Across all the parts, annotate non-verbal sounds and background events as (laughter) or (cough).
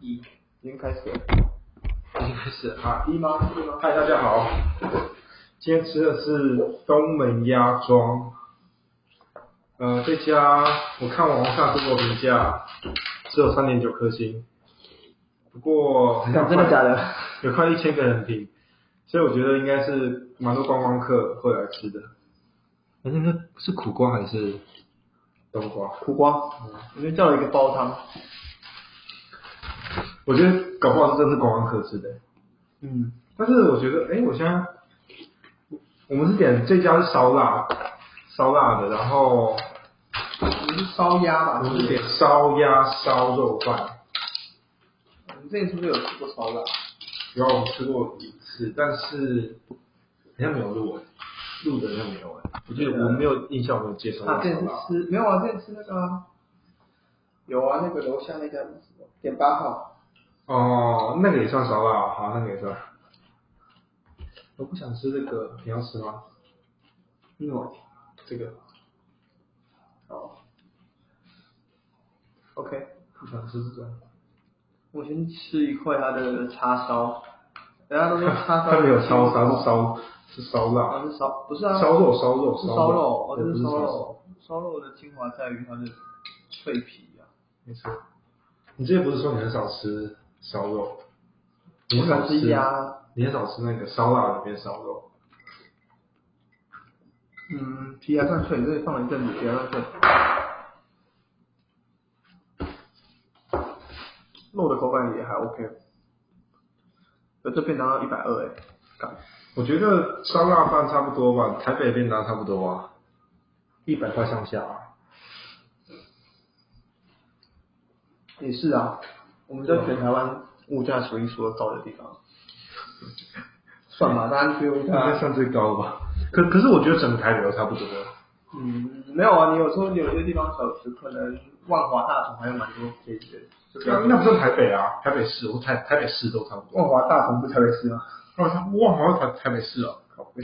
一，已经开始了。 (laughs) 开始啊！一吗？一吗？嗨，大家好，今天吃的是东门鸭庄，呃，这家我看网上 Google 评价只有三点九颗星，不过好像真的假 (laughs) 的？有快一千个人评，所以我觉得应该是蛮多观光客会来吃的。可是那是苦瓜还是冬瓜？苦瓜，我就叫了一个煲汤。我觉得搞不好是真的是观光客吃的、嗯，但是我觉得，哎、我现在我们是点这家是烧腊，烧腊的，然后你是烧鸭吧？我们是点烧鸭烧肉饭，你之前是不是有吃过烧鸭？然啊后我们吃过一次，但是好像没有录哎，录的好像没有哎，我记得我没有印象，我没有介绍过啊，之前烧是腊。吃没有啊？之前吃那个啊，有啊，那个楼下那家叫什么点八号，哦，那个也算烧腊，好，那个也算。我不想吃这个，你要吃吗？嗯诺这个哦，OK，不想吃这种，我先吃一块它的叉烧，人家都说叉烧它没有烧烧是烧是烧腊。啊是烧不是啊烧肉，烧肉，是烧肉，我哦，这是烧，肉，烧肉的精华在于它的脆皮啊。没错。你之前不是说你很少吃烧肉？你我很想少吃吃鸭，你很少吃那个烧腊里面烧肉，嗯，皮还算脆，这里放了一阵子，皮还算脆。肉的口感也还 OK，呃，这便当要一百二哎，干我觉得烧腊饭差不多吧，台北便当差不多啊，一百块上下、啊。也是啊，我们在全台湾物价数一数二高的地 (laughs) 方，算吧，大家觉得物应该价，算最高吧，可可是我觉得整个台北都差不多，嗯，没有啊，你有时候有些地方小吃可能万华大同还有蛮多可以吃的，就比那较那不算台北啊，台北市，我台台北市都差不多。万华大同不台北市吗？哦，他哇，好像台台北市啊，靠背，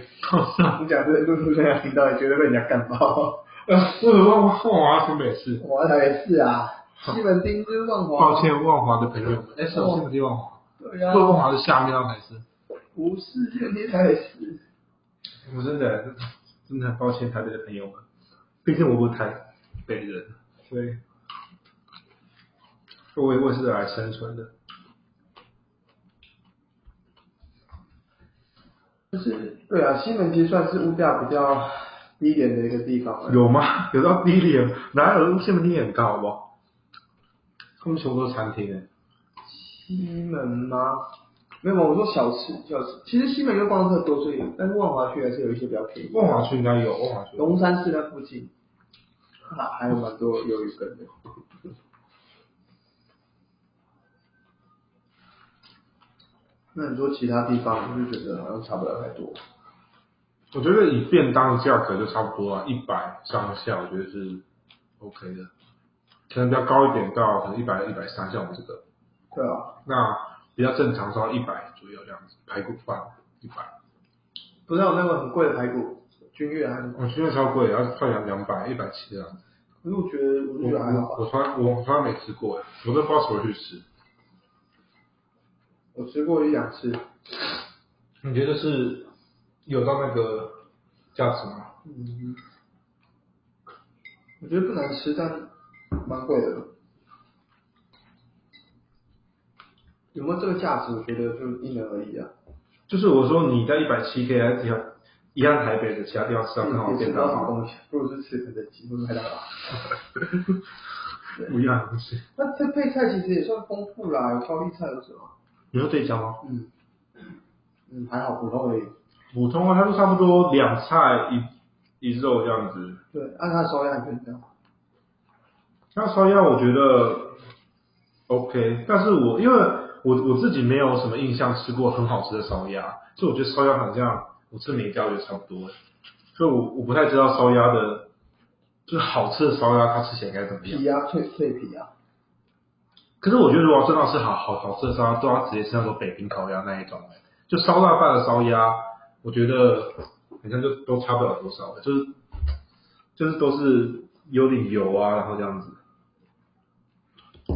你讲这个路路人听到，也绝对被人家干爆。为什么呃万万华是台北市？我台北市啊，西门町就是万华。抱。歉，万华的朋友们，哎，是我们地万华。对啊会。万华的下面那才是。不是，你是台北市。我真的真的很抱歉台北的朋友们，毕竟我不是台北人，所以我也我也是来生存的。就是对啊，西门町算是物价比较低廉的一个地方了。有吗？ (laughs) 有到低廉？哪有西门町也很高好不好？他们全哦部都是餐厅哎、西门吗？没有，我说小吃，小吃。其实西门跟逛客多所以，但是万华区还是有一些比较便宜。万华区应该有，万华区。龙山寺那附近，啊，还有蛮多鱿鱼羹的。那你说其他地方，我就觉得好像差不了太多。我觉得以便当的价格就差不多啊，一百上下，我觉得是 OK 的。可能比较高一点，到可能一百一百三，像我们这个。对啊，那比较正常，烧一百左右这样子，排骨饭一百。不是有那个很贵的排骨，君悦还是什么？我觉得超贵，要快两两百一百七这样子。可是我觉得，我就觉我得还好啊吧。我我从来我从来没吃过，欸我都不知道什么时候去吃。我吃过一两次，你觉得是有到那个价值吗？嗯，我觉得不难吃，但蛮贵的。有没有这个价值？我觉得就因人而异啊。就是我说你在一百七可以在其他一样台北的其他地方吃到更好的你嗯吃便不到什么当，东西，不如就吃肯德基或者麦当劳。不一样的东西。那这配菜其实也算丰富啦，有高丽菜有什么？你说这一家吗？嗯嗯，还好普通而已。普通啊，它都差不多两菜一一肉这样子。对，按它烧鸭便当，那烧鸭我觉得 OK，但是我因为我我自己没有什么印象吃过很好吃的烧鸭，所以我觉得烧鸭好像我吃每一家我觉得差不多，欸所以我我不太知道烧鸭的，就是好吃的烧鸭它吃起来该怎么样皮。啊脆脆皮啊，可是我觉得如果要真的是好好好吃的烧鸭，都要直接吃那种北平烤鸭那一种，就烧腊饭的烧鸭，我觉得好像就都差不了多少，就是就是都是有点油啊，然后这样子。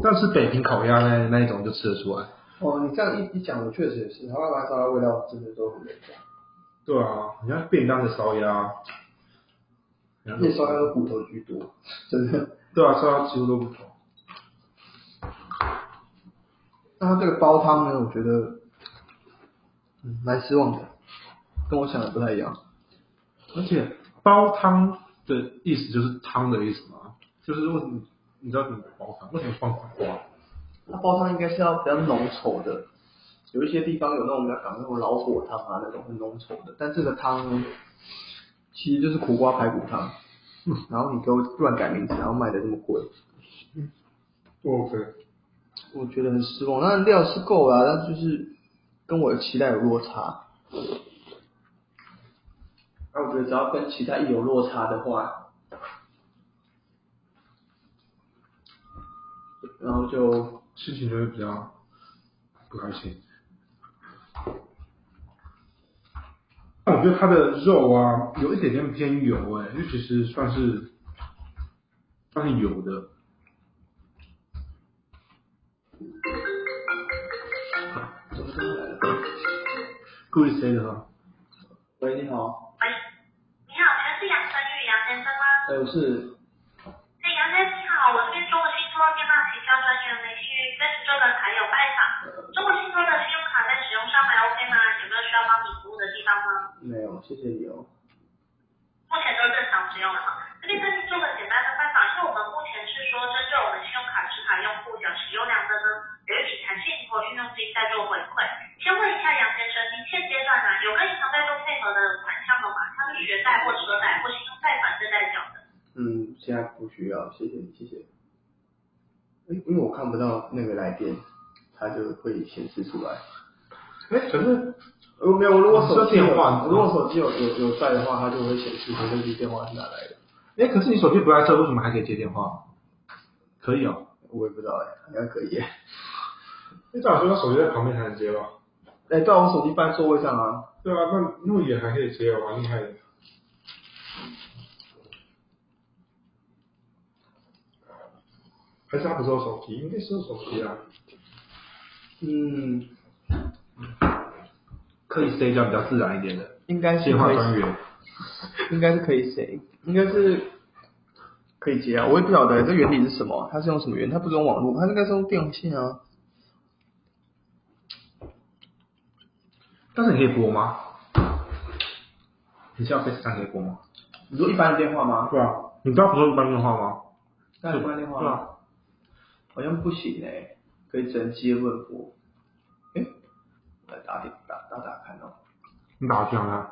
但是北平烤鸭那那一种就吃得出来。哦，你这样一一讲，我确实也是，台湾麻烧鸭味道真的都很廉价，对啊，你看便当的烧鸭，然后那烧鸭骨头居多，真的。对啊，烧鸭几乎都不同。那它这个煲汤呢，我觉得嗯蛮失望的，跟我想的不太一样。而且煲汤的意思就是汤的意思嘛，就是为什么你知道怎么煲汤？为什么放苦瓜？它煲汤应该是要比较浓稠的，有一些地方有那种比较港那种老火汤啊，那种很浓稠的，但这个汤呢，其实就是苦瓜排骨汤。然后你给我乱改名字，然后卖的这么贵，不 OK，我觉得很失望。那料是够了，啊但就是跟我的期待有落差。那我觉得只要跟期待一有落差的话，然后就心情就会比较不开心。但啊我觉得它的肉啊，有一点点偏油哎、因为其实算是算是油的。怎么上来了？故意塞的哈。喂，你好，喂，你好，请问是杨成宇杨先生吗？哎，我是哎，杨先生你好，我这边中国信托电话行销专员没去跟您做的卡有拜访，中国信托的信用卡在使用上还 OK 吗？有没有需要帮你服务的地方吗？没有，谢谢你哦。目前都正常使用了哈。这边跟您做个简单的拜访，因为我们目前是说针对我们信用卡持卡用户缴持优良的呢，有一笔弹性灵活运用金在做回馈。先问一下杨先生，您现阶段呢、有跟银行在做配合的款项了吗？像是学贷或车贷或信用贷款正在缴的。嗯，现在不需要，谢谢你，谢谢。哎，因为我看不到那个来电，它就会显示出来。哎、可是呃，没有，如果手机有你说电话如果手机有有有在的话，它就会显示出这支电话是哪来的。哎、可是你手机不在这，为什么还可以接电话？可以哦。我也不知道哎，好像可以。你早说手机在旁边才能接吧？哎，对啊，我手机放在座位上啊。对啊，那那么远还可以接哦，蛮厉害的。还是他不是有手机，应该是有手机啊。嗯，可以 C 这样比较自然一点的。应该是电话可以专员，应该是可以谁？应该是可以接啊，我也不晓得这原理是什么，它是用什么原理？它不是用网络，它应该是用电信啊。但是你可以播吗？你是要 FaceTime 可以播吗？你说一般的电话吗？对啊，你知道不是一般电话吗？那一般电话对吗啊？好像不行哎、可以只能接问拨。哎、我来打点打打打看哦。你打个电话来。啊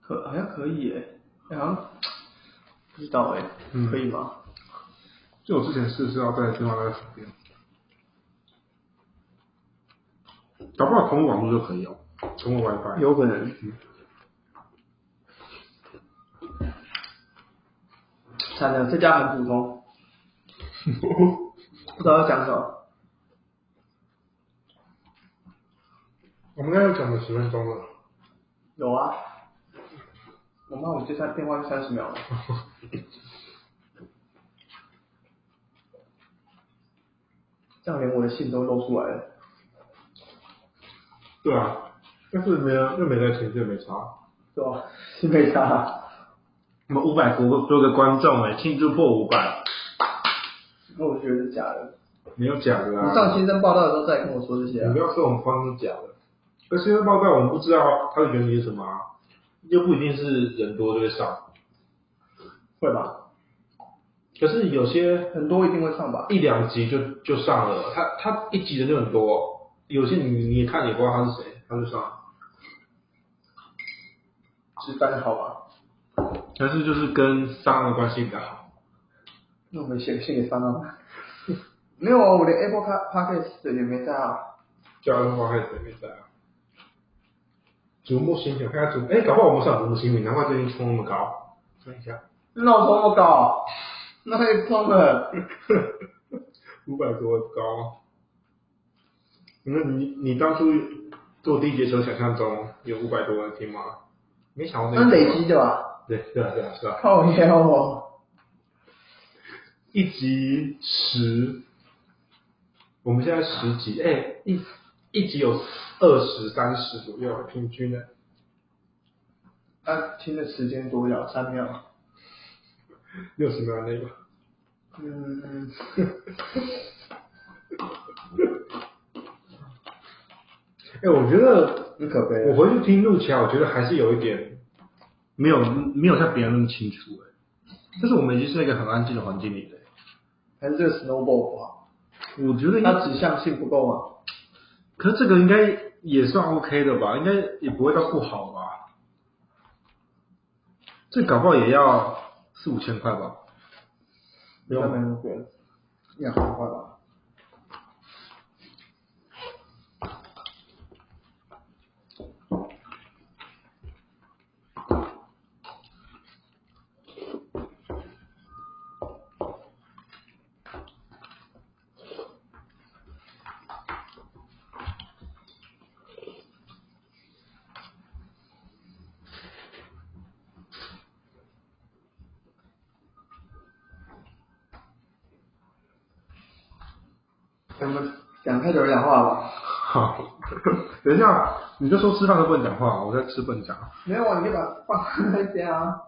可好像可以哎、哎好像不知道哎、嗯可以吗？就我之前试是要在电话那旁边，搞不好同步网络就可以哦，同步 WiFi。有可能。惨了，这家很普通，不知道要讲什么。我们刚才讲了十分钟了，有啊，我妈我接她电话就三十 (laughs) 秒了。这样连我的信都露出来了，对啊，但是没有又没在前线没差。对吧？是没啥。我们五百多多个观众哎，庆祝破五百，那我就觉得是假的。没有假的你啊。上新生报道的时候再跟我说这些、你啊不，要说我们方是假的，但新闻报道我们不知道它的原理是什么、啊，又不一定是人多就会上，会吧？可是有些很多一定会上吧？一两集就就上了，他他一集人就很多，哦有些你你也看也不知道他是谁，他就上了。值班好吧？但是就是跟上的关系比较好，那我们写个信给三浪 (laughs) 吧。没有啊，我连 Apple Car Podcast 也没在啊。叫他花开始没在啊。瞩目新品，看下瞩，哎、搞不好我们上瞩目新品，难怪最近冲那么高。看一下， (laughs) 那我怎么搞？那也疯了。五百多高。你你你当初坐地铁时候想象中有五百多人听吗？没想到那那个累积的吧？对对啊对啊对啊，靠腰哦，一集十，我们现在十集，哎、一一集有二十三十左右，平均的。那听的时间多少？三秒。六十秒内吧。嗯，哎、我觉得 (laughs) 很可悲我啊。回去听录起来，我觉得还是有一点没有没有像别人那么清楚哎、但是我们已经是在一个很安静的环境里了、欸还是这个 snowball 不好，我觉得应该它指向性不够啊。可是这个应该也算 OK 的吧，应该也不会到不好吧？这搞不好也要四五千块吧？不用没有别的，一两百块吧。咱们讲太久没讲话了吧？好， (laughs) 等一下，你就说吃饭都不能讲话，我在吃不能讲。没有啊，你可以把话放在边啊。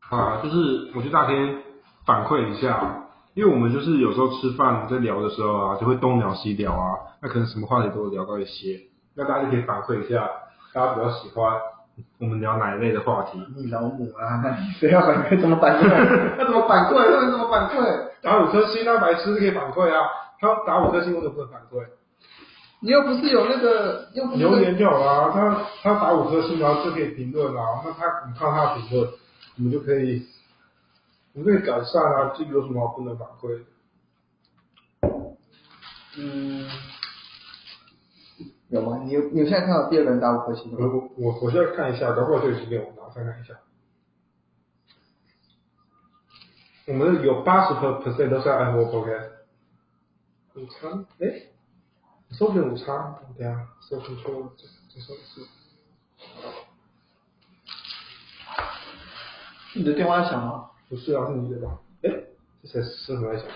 好，啊，就是我觉得大家可以反馈一下，啊因为我们就是有时候吃饭在聊的时候啊，就会东聊西聊啊，那可能什么话题都聊到一些，那大家就可以反馈一下，大家比较喜欢我们聊哪一类的话题。 (coughs) 你老母 (laughs) 啊！谁要反馈怎么反馈？要怎么反馈？要怎么反馈？打五颗星，那白痴可以反馈啊，他打五颗星我怎么不能反馈？ (laughs) 你又不是有那个，又不是留言就好啦、他他打五颗星，然后就可以评论啦。那他你看他的评论，我们就可以，我们就可以改善啊。这有什么不能反馈的？嗯，有吗？你有你有现在看到第二个人打五颗星我吗？我我我现在看一下，等会儿就已经给我拿再看一下。我们有八十 percent 都是在 Apple Podcast。午餐，哎，搜寻午餐，等一下搜寻错了，再再搜一次。你的电话在响吗？不是啊，是你的吧？哎，这才是什么来着？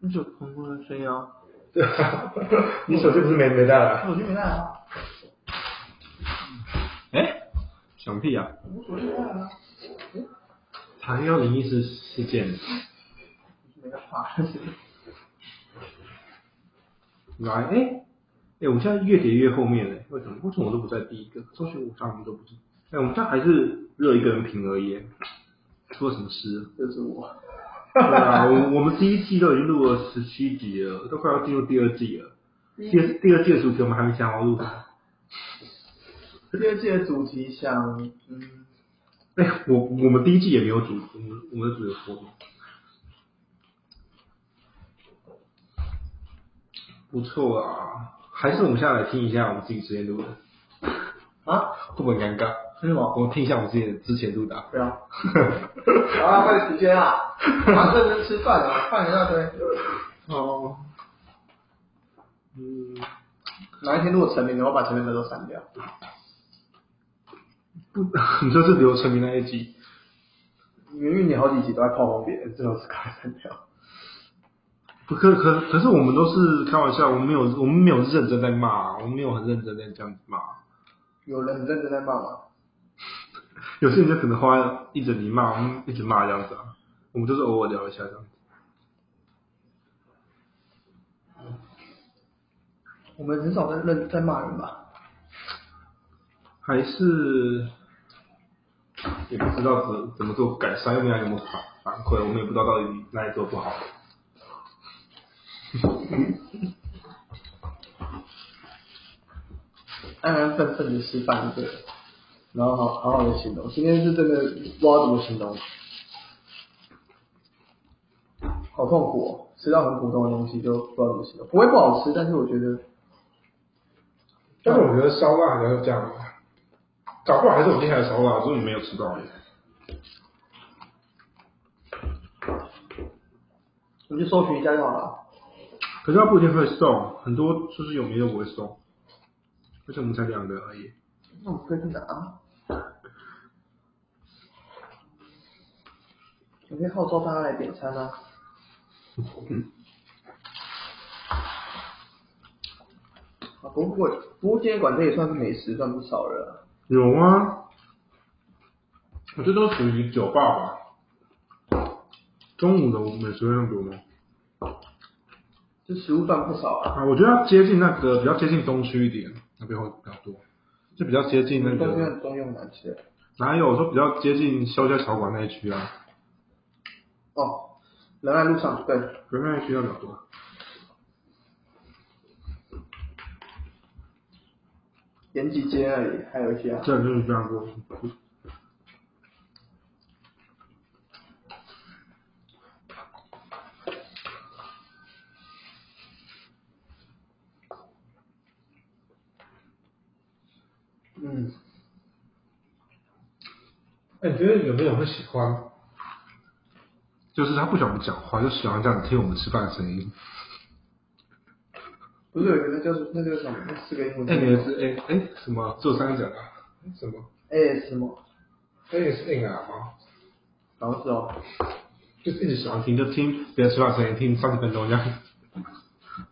你手碰过的声音啊？对啊， (laughs) 你手机不是没没带来？手机没带啊？哎，想屁啊！我手机没带啊？台幺灵异事事件，没办法。来，哎，哎，我们现在越叠越后面嘞，为什么？为什么我都不在第一个？中学五上我们都不是，哎，我们现在还是热一个人评而已，出了什么事？啊就是我。 (laughs) 对啊，我我们第一季都已经录了十七集了，都快要进入第二季了。第二第二季的主题我们还没想好录，第二季的主题想，嗯，哎，我我们第一季也没有主，我们我们的主题活动，不错啊，还是我们下来听一下我们自己之前录的，啊，会不会很尴尬？是什么？我们听一下我们自己之前录的啊、不要。啊，快点时间 (laughs) 啊！马上就吃饭了，饭一大堆。哦，嗯，哪一天如果成名了，我把前面的都删掉。不， (laughs) 你说是刘成明那一集，明明你好几集都在炮轰别人，最后是开删掉。不可可可是我们都是开玩笑，我们没有我们没有认真在骂，我们没有很认真在这样子骂，有人很认真在骂吗？有些人就可能花一整年骂，我们一直骂这样子啊，我们就是偶尔聊一下这样子。我们很少在认在骂人吧？还是也不知道怎怎么做改善，又没有什么反反馈，我们也不知道到底哪里做不好。安安分分的吃饭一个人，然后好好好的形容。今天是真的不知道怎么形容，好痛苦哦！吃到很普通的东西就不知道怎么形容，不会不好吃，但是我觉得但是我觉得烧腊还是这样，搞不好还是我厉害的烧腊，只是我没有吃到而已。我们去搜寻一下就好了。可是它不一定会送，很多就是有名的我会送。而且我们才两个而已。那我们可以去拿。我可以号召大家来点餐啊！啊，不过不过今天管这也算是美食，算不少了啊。有啊，我觉得都属于酒吧吧。中午的美食会更多吗？这食物算不少啊。啊，我觉得要接近那个比较接近东区一点，那边会比较多，就比较接近那东个院东院难吃。哪有我说比较接近肖家小馆那一区啊，哦，仁爱路上对，可能那一区要比较多。延吉街那里还有一些、啊。这就是非常多。嗯，哎，你觉得有没有人会喜欢？就是他不喜欢我们讲话，就喜欢这样听我们吃饭的声音。不是有一个那叫什那叫什么？那四个英文字哎，母。你的是哎哎什么？只有三个讲啊？什么哎 A S 吗？ ？ASMR 吗？好像是哦。啊就是一直喜欢听，就听别人吃饭的声音，听三十分钟这样。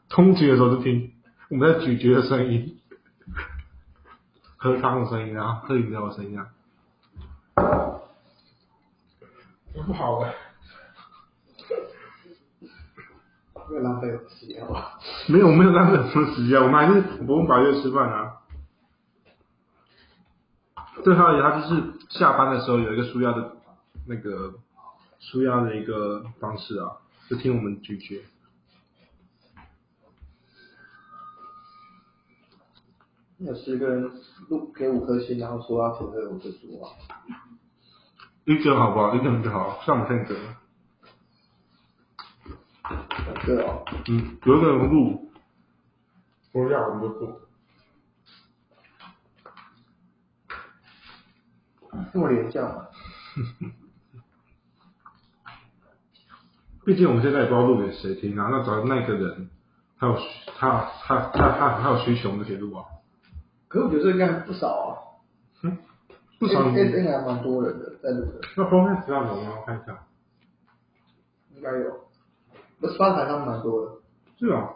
通勤的时候就听我们在咀嚼的声音，喝汤的声音啊，喝饮料的声音啊，不好哎、会浪费我时间哦吧？没有没有浪费什么时间，我们还是我们法院吃饭啊。对，还有他就是下班的时候有一个舒压的，那个舒压的一个方式啊，就听我们咀嚼。有十个人录给五颗星，然后说要评论我就说啊。一个好不好？一个就好，像我们这个，对哦，嗯，有一个人录，不要我们就录。这么廉价吗？毕竟我们现在也不知道录给谁听啊，那找那个人，他有需他他他他他有需求，我们就可以录啊。可是我觉得这应该不少啊，不少 S S 应该还蛮多人的在录的，那 podcast 要有吗？我看一下，应该有。我 s p o t 上蛮多的，是啊。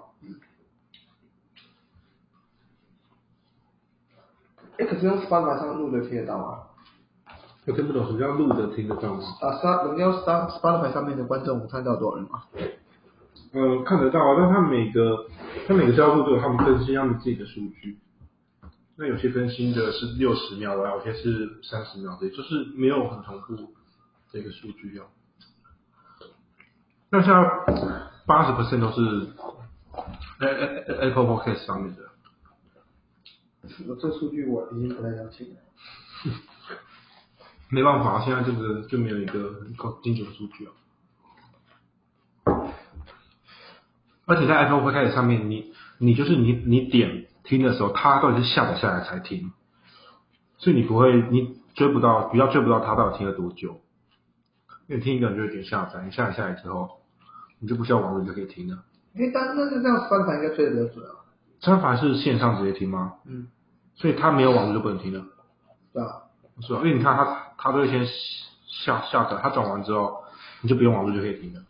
哎，可是用 s p o t 上录的听得到吗？我听不懂什么叫录的听得到吗？啊，沙，我们要沙 Spotify 上面的观众，我们看到多少人啊吗？呃，看得到啊，但他每个他每个交互都有他们更新他们自己的数据。那有些更新的是六十秒的啊，有些是三十秒的，就是没有很同步这个数据啊。那现在八十 percent 都是 A- A- A- Apple Podcast 上面的，我这数据我已经不太相信了。没办法，现在这个就没有一个很精准的数据啊。而且在 Apple Podcast 上面，你你就是你你点听的时候，它到底是下载下来才听，所以你不会你追不到，比较追不到它到底听了多久。因为听一个人就会点下载，你下载下来之后，你就不需要网络你就可以听了。因为当那那这样 Spotify 应该追的比较准啊，相反是线上直接听吗？嗯，所以它没有网络就不能听了。对吧？是吧？因为你看他，他都会先下下载，他转完之后，你就不用网络就可以听了。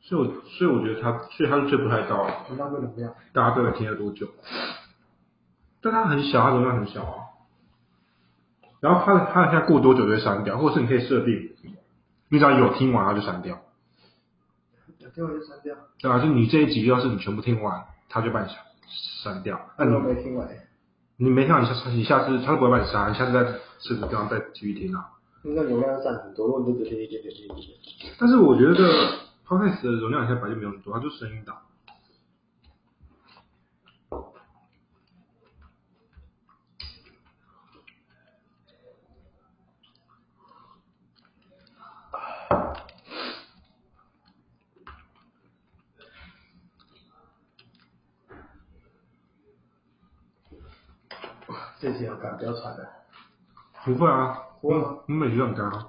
所以我，所以我觉得他，所以他就追不太到很浪费能量。大家到底听了多久。但他很小，他容量很小啊。然后他他现在过多久就会删掉，或者是你可以设定，你只要有听完他就删掉。有听完就删掉，对啊，就你这一集要是你全部听完，他就把你删删掉。那那你我没听完，你没听完，你下你下次他就不会把你删，你下次再试着这样再继续听啊。那个流量占很多，如果你都只听一点点，听一点点。但是我觉得 podcast 的容量现在本来就没有很多，它就是声音档。 (laughs) 这集要赶，不要传了。不会啊，不会吗我我每集都很干啊。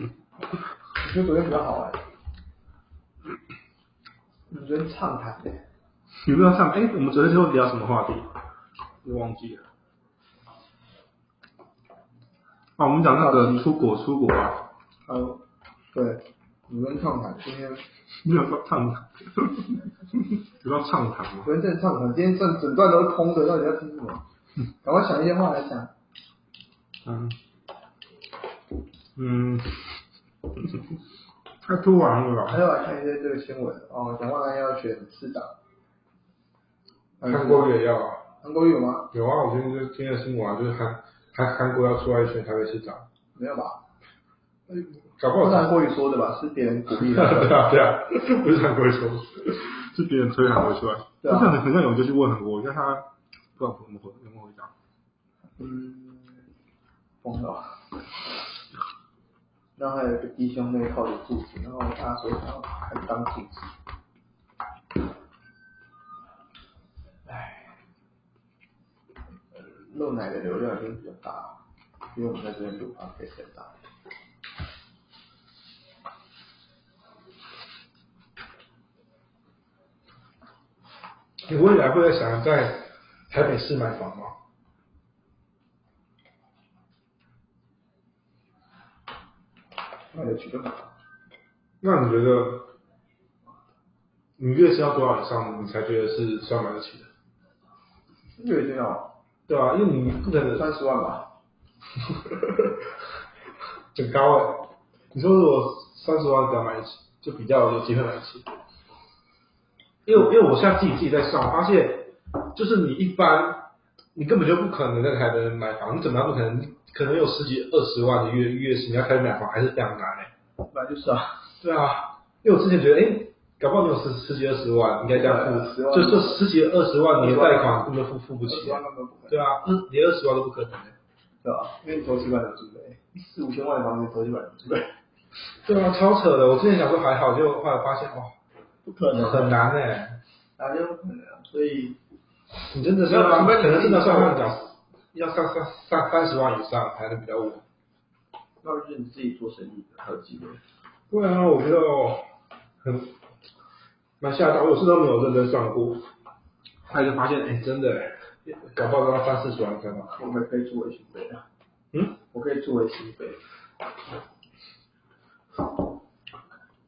我觉得昨天比较好玩。我昨天畅谈的，你不知道上哎，我们昨天最后聊什么话题？我忘记了。啊，我们讲那个出国出国啊，还有对，你跟畅谈今天没有说畅 (laughs) 谈，不要畅谈吗？昨天正畅谈，今天整整段都是空的，到底要听什么？赶快想一些话来讲。嗯嗯， (laughs) 太突然了还吧？有啊，看一些这个新闻哦，蒋万安要选市长。呃韩国也要啊，韩国瑜有吗？有啊，我今天就听了新闻啊，就是韩韩韩国要出来选台北市长，没有吧？搞不不好是韩国瑜说的吧？是别人鼓励的。对啊对啊，不是韩国说，是别人推韩国出来。对啊我想很像有人就去问韩国，我看他不知道怎么回有没有回答。嗯，疯了。然后还有一个弟兄妹靠着柱子，然后他说他还当柱子。唉，露奶的流量一定比较大，因为我们在这边录啊，可以很大。你未来会在想在台北市买房吗？那有几个码？那你觉得你月薪要多少以上，你才觉得是算买得起的？月薪哦，对啊，因为你不可能三十万吧， (laughs) 很高哎、你说如果三十万只要买得起，就比较有机会买得起。因为因为我现在自己自己在算，我发现就是你一般你根本就不可能在台北买房，你怎么样不可能？可能有十几二十万的月月薪，你要开始买房还是非常难哎、本来就是啊。对啊，因为我之前觉得，哎、搞不好你有十十几二十万，应该这样对付，啊就10这十几二十万，你的20万贷款根本付付不起二十啊万。根本不可能，对啊，嗯连二十万都不可能欸。对吧？因为你投七百的准备，四五千万的房子投七百的准备，对啊，超扯的。我之前想说还好，就后来发现哇，不可很能，难哎、哪就不可能啊？所以你真的是没有要，除非你可能真的算自己上讲，要上上上三十万以上才能比较稳。要是你自己做生意的才有机会。不然我觉得哦很蛮吓到，我是都没有认真算过，后来就发现，哎、真的、欸，搞不好都要三四十万才买。我们可以作为新北啊，嗯，我可以作为新北，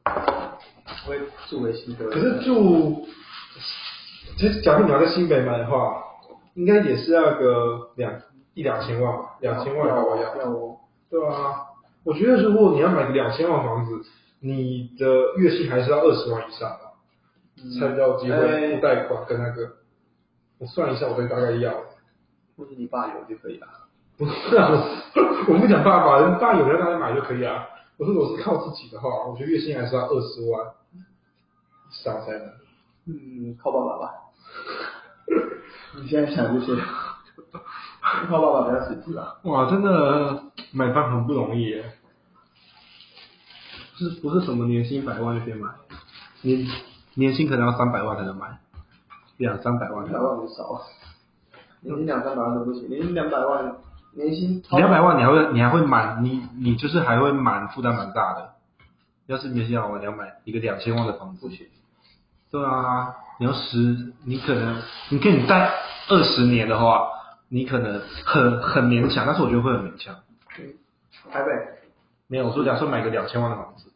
我会作为新北。可是住，其实假如你要在新北买的话，应该也是要个两一两千万吧，两千万要要不我要？要我，对啊，我觉得如果你要买个两千万房子，你的月薪还是要二十万以上吧，嗯才比较有机会哎付贷款跟那个。我算一下，我大概要， (laughs) 或者你爸有就可以了。不是啊，我我不讲爸爸，人爸有人让他买就可以啊。我说我是靠自己的话，我觉得月薪还是要二十万以上才能。嗯，靠爸爸吧。你现在想这些，靠爸爸比较实际啊。哇，真的买房很不容易耶，是不是什么年薪百万就可以买？年年薪可能要三百万才能买，两三百万才两百能买。万很少啊，年薪两三百万都不行，年薪两百万，年薪超两百万你还会你还会满你你就是还会满负担蛮大的。要是年薪两万，你要买一个两千万的房子，对啊，你要十，你可能你可以贷二十年的话，你可能很很勉强，但是我觉得会很勉强。台北没有，我说假设买个两千万的房子，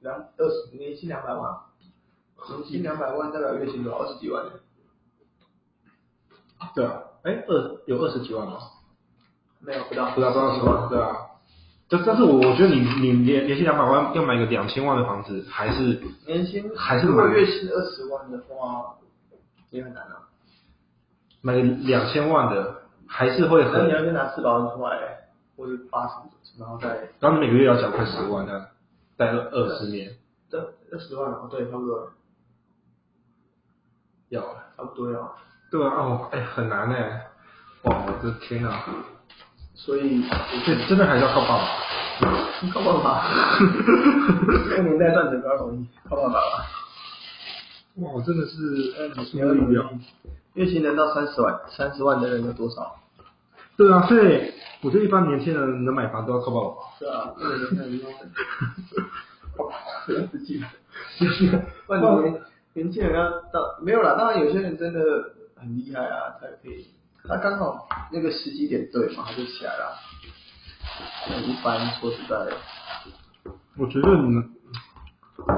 两二十年薪两百万，年薪两百万代表月薪多少？二十几万呢？对啊，哎，二有二十几万吗？没有不到，不到多少十万，对啊。但但是我我觉得你你年年薪两百万要买个两千万的房子，还是年薪还是如果蛮月薪二十万的话，也很难啊。买个两千万的，还是会那很你，要先拿四百万出来，或者八十，然后再然后你每个月要缴快十万呢，贷了二十年，再二十万哦，对，差不多，要啊，差不多要。对啊，哦，哎，很难哎，哇，我的天啊，所以这真的还是要靠爸爸。靠爸爸，这个年代赚钱比较容易，靠爸爸吧。哇，我真的是嗯出没有乎意料努力月薪能到三十万，三十万的人有多少？对啊，所以我觉得一般年轻人能买房都要靠爸爸。对啊，那你看你用自己，那哇你年年轻人要到没有啦，当然有些人真的很厉害啊，才可以。他刚好那个时机点对嘛，他就起来了。很一般，说实在的，我觉得你，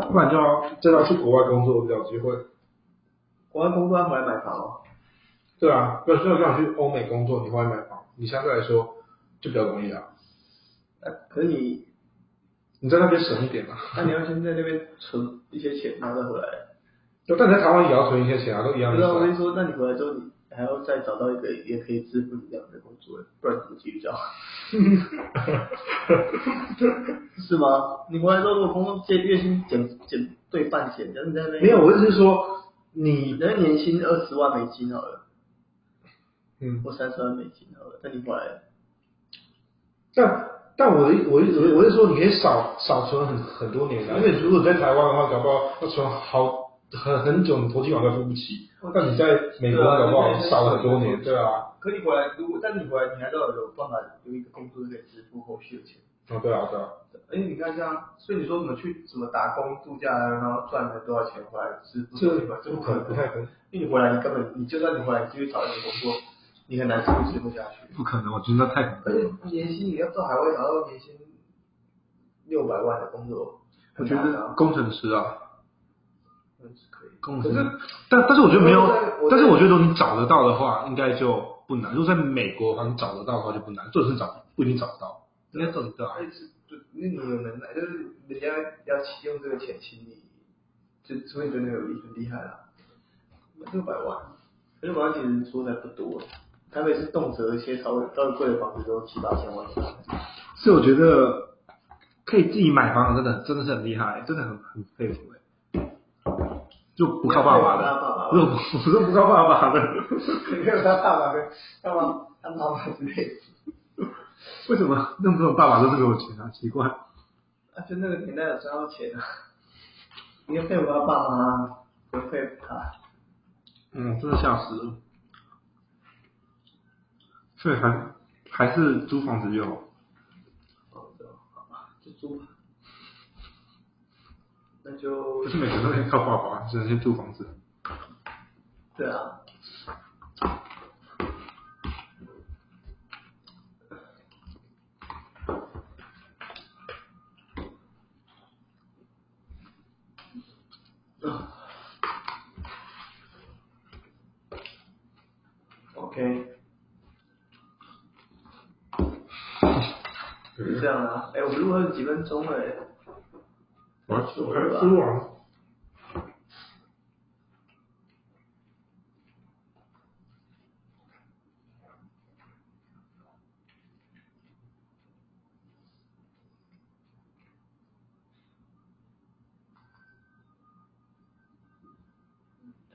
不然就要真的去国外工作比较有机会。国外工作要回来买房哦。对啊，要是要让你去欧美工作，你会买房，你相对来说就比较容易啊。呃可是你，你在那边省一点嘛、啊。那你要先在那边存一些钱，然后再回来。但你在台湾也要存一些钱啊，都一样不意知思道我跟啊。你说，那你回来之后，你还要再找到一个也可以支付你这样的工作，不然怎么继续找？ (laughs) 是吗？你回来之后，如果工作减月薪减减对半减，但是你在那边没有，，我意思是说，你你那年薪二十万美金好了，嗯，或三十万美金好了，那你回来但但我的意我的我的我是说，你可以少少存很很多年啊，因为如果你在台湾的话，搞不好要存好很很久，你投期款都付不起。但你在美国，对啊搞不好哦对对对少了很多年，对啊，可你回来，如果但是你回来，你还是要有办法有一个工作可以支付后续的钱。哦对啊对啊，而哎且你看像，所以你说什么去什么打工度假啊，然后赚了多少钱回来支付这这个不可能，不太可能，因为你回来，你根本你就算你回来，你继续找一份工作，你很难支付支付下去。不可能，我觉得那太而且年薪你要到海外找到年薪六百万的工作，我很觉难得啊，工程师啊，嗯是可以。工可程是师，但但是我觉得没有我在我，在但是我觉得如果你找得到的话，应该就不难。如果在美国，好像找得到的话就不难，或者是找不一定找得到，应该找得到啊。那是就那你有能耐，就是人家要起用这个钱请你，就除非你真的有厉很厉害啦，六百万，六百万其实说来不多，台北是动辄一些稍微稍微贵的房子都七八千万以上，所以我觉得可以自己买房的，真的真的是很厉害，真的很很佩服哎、就不靠爸爸没有靠爸的爸，我说我说 (laughs) 不靠爸爸的，你看他爸爸跟他妈他妈妈之类的。为什么那么多爸爸都是给我钱啊？奇怪，啊，就那个年代有赚到钱啊，你要佩服他爸妈啊，不要佩服他。嗯，真的吓死了。所以还还是租房子比较好。好的，哦好吧，就租吧。那就不是每个人都可以靠爸爸，只能先租房子。对啊。OK，就这样啊。哎、我们录了几分钟了、哎我要我要吃完。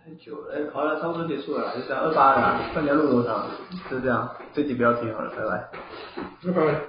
太久了，哎、好了，差不多结束了啦，就这样，二八了啦，看你要录多长，就这样，这集不要听好了，拜拜。拜拜。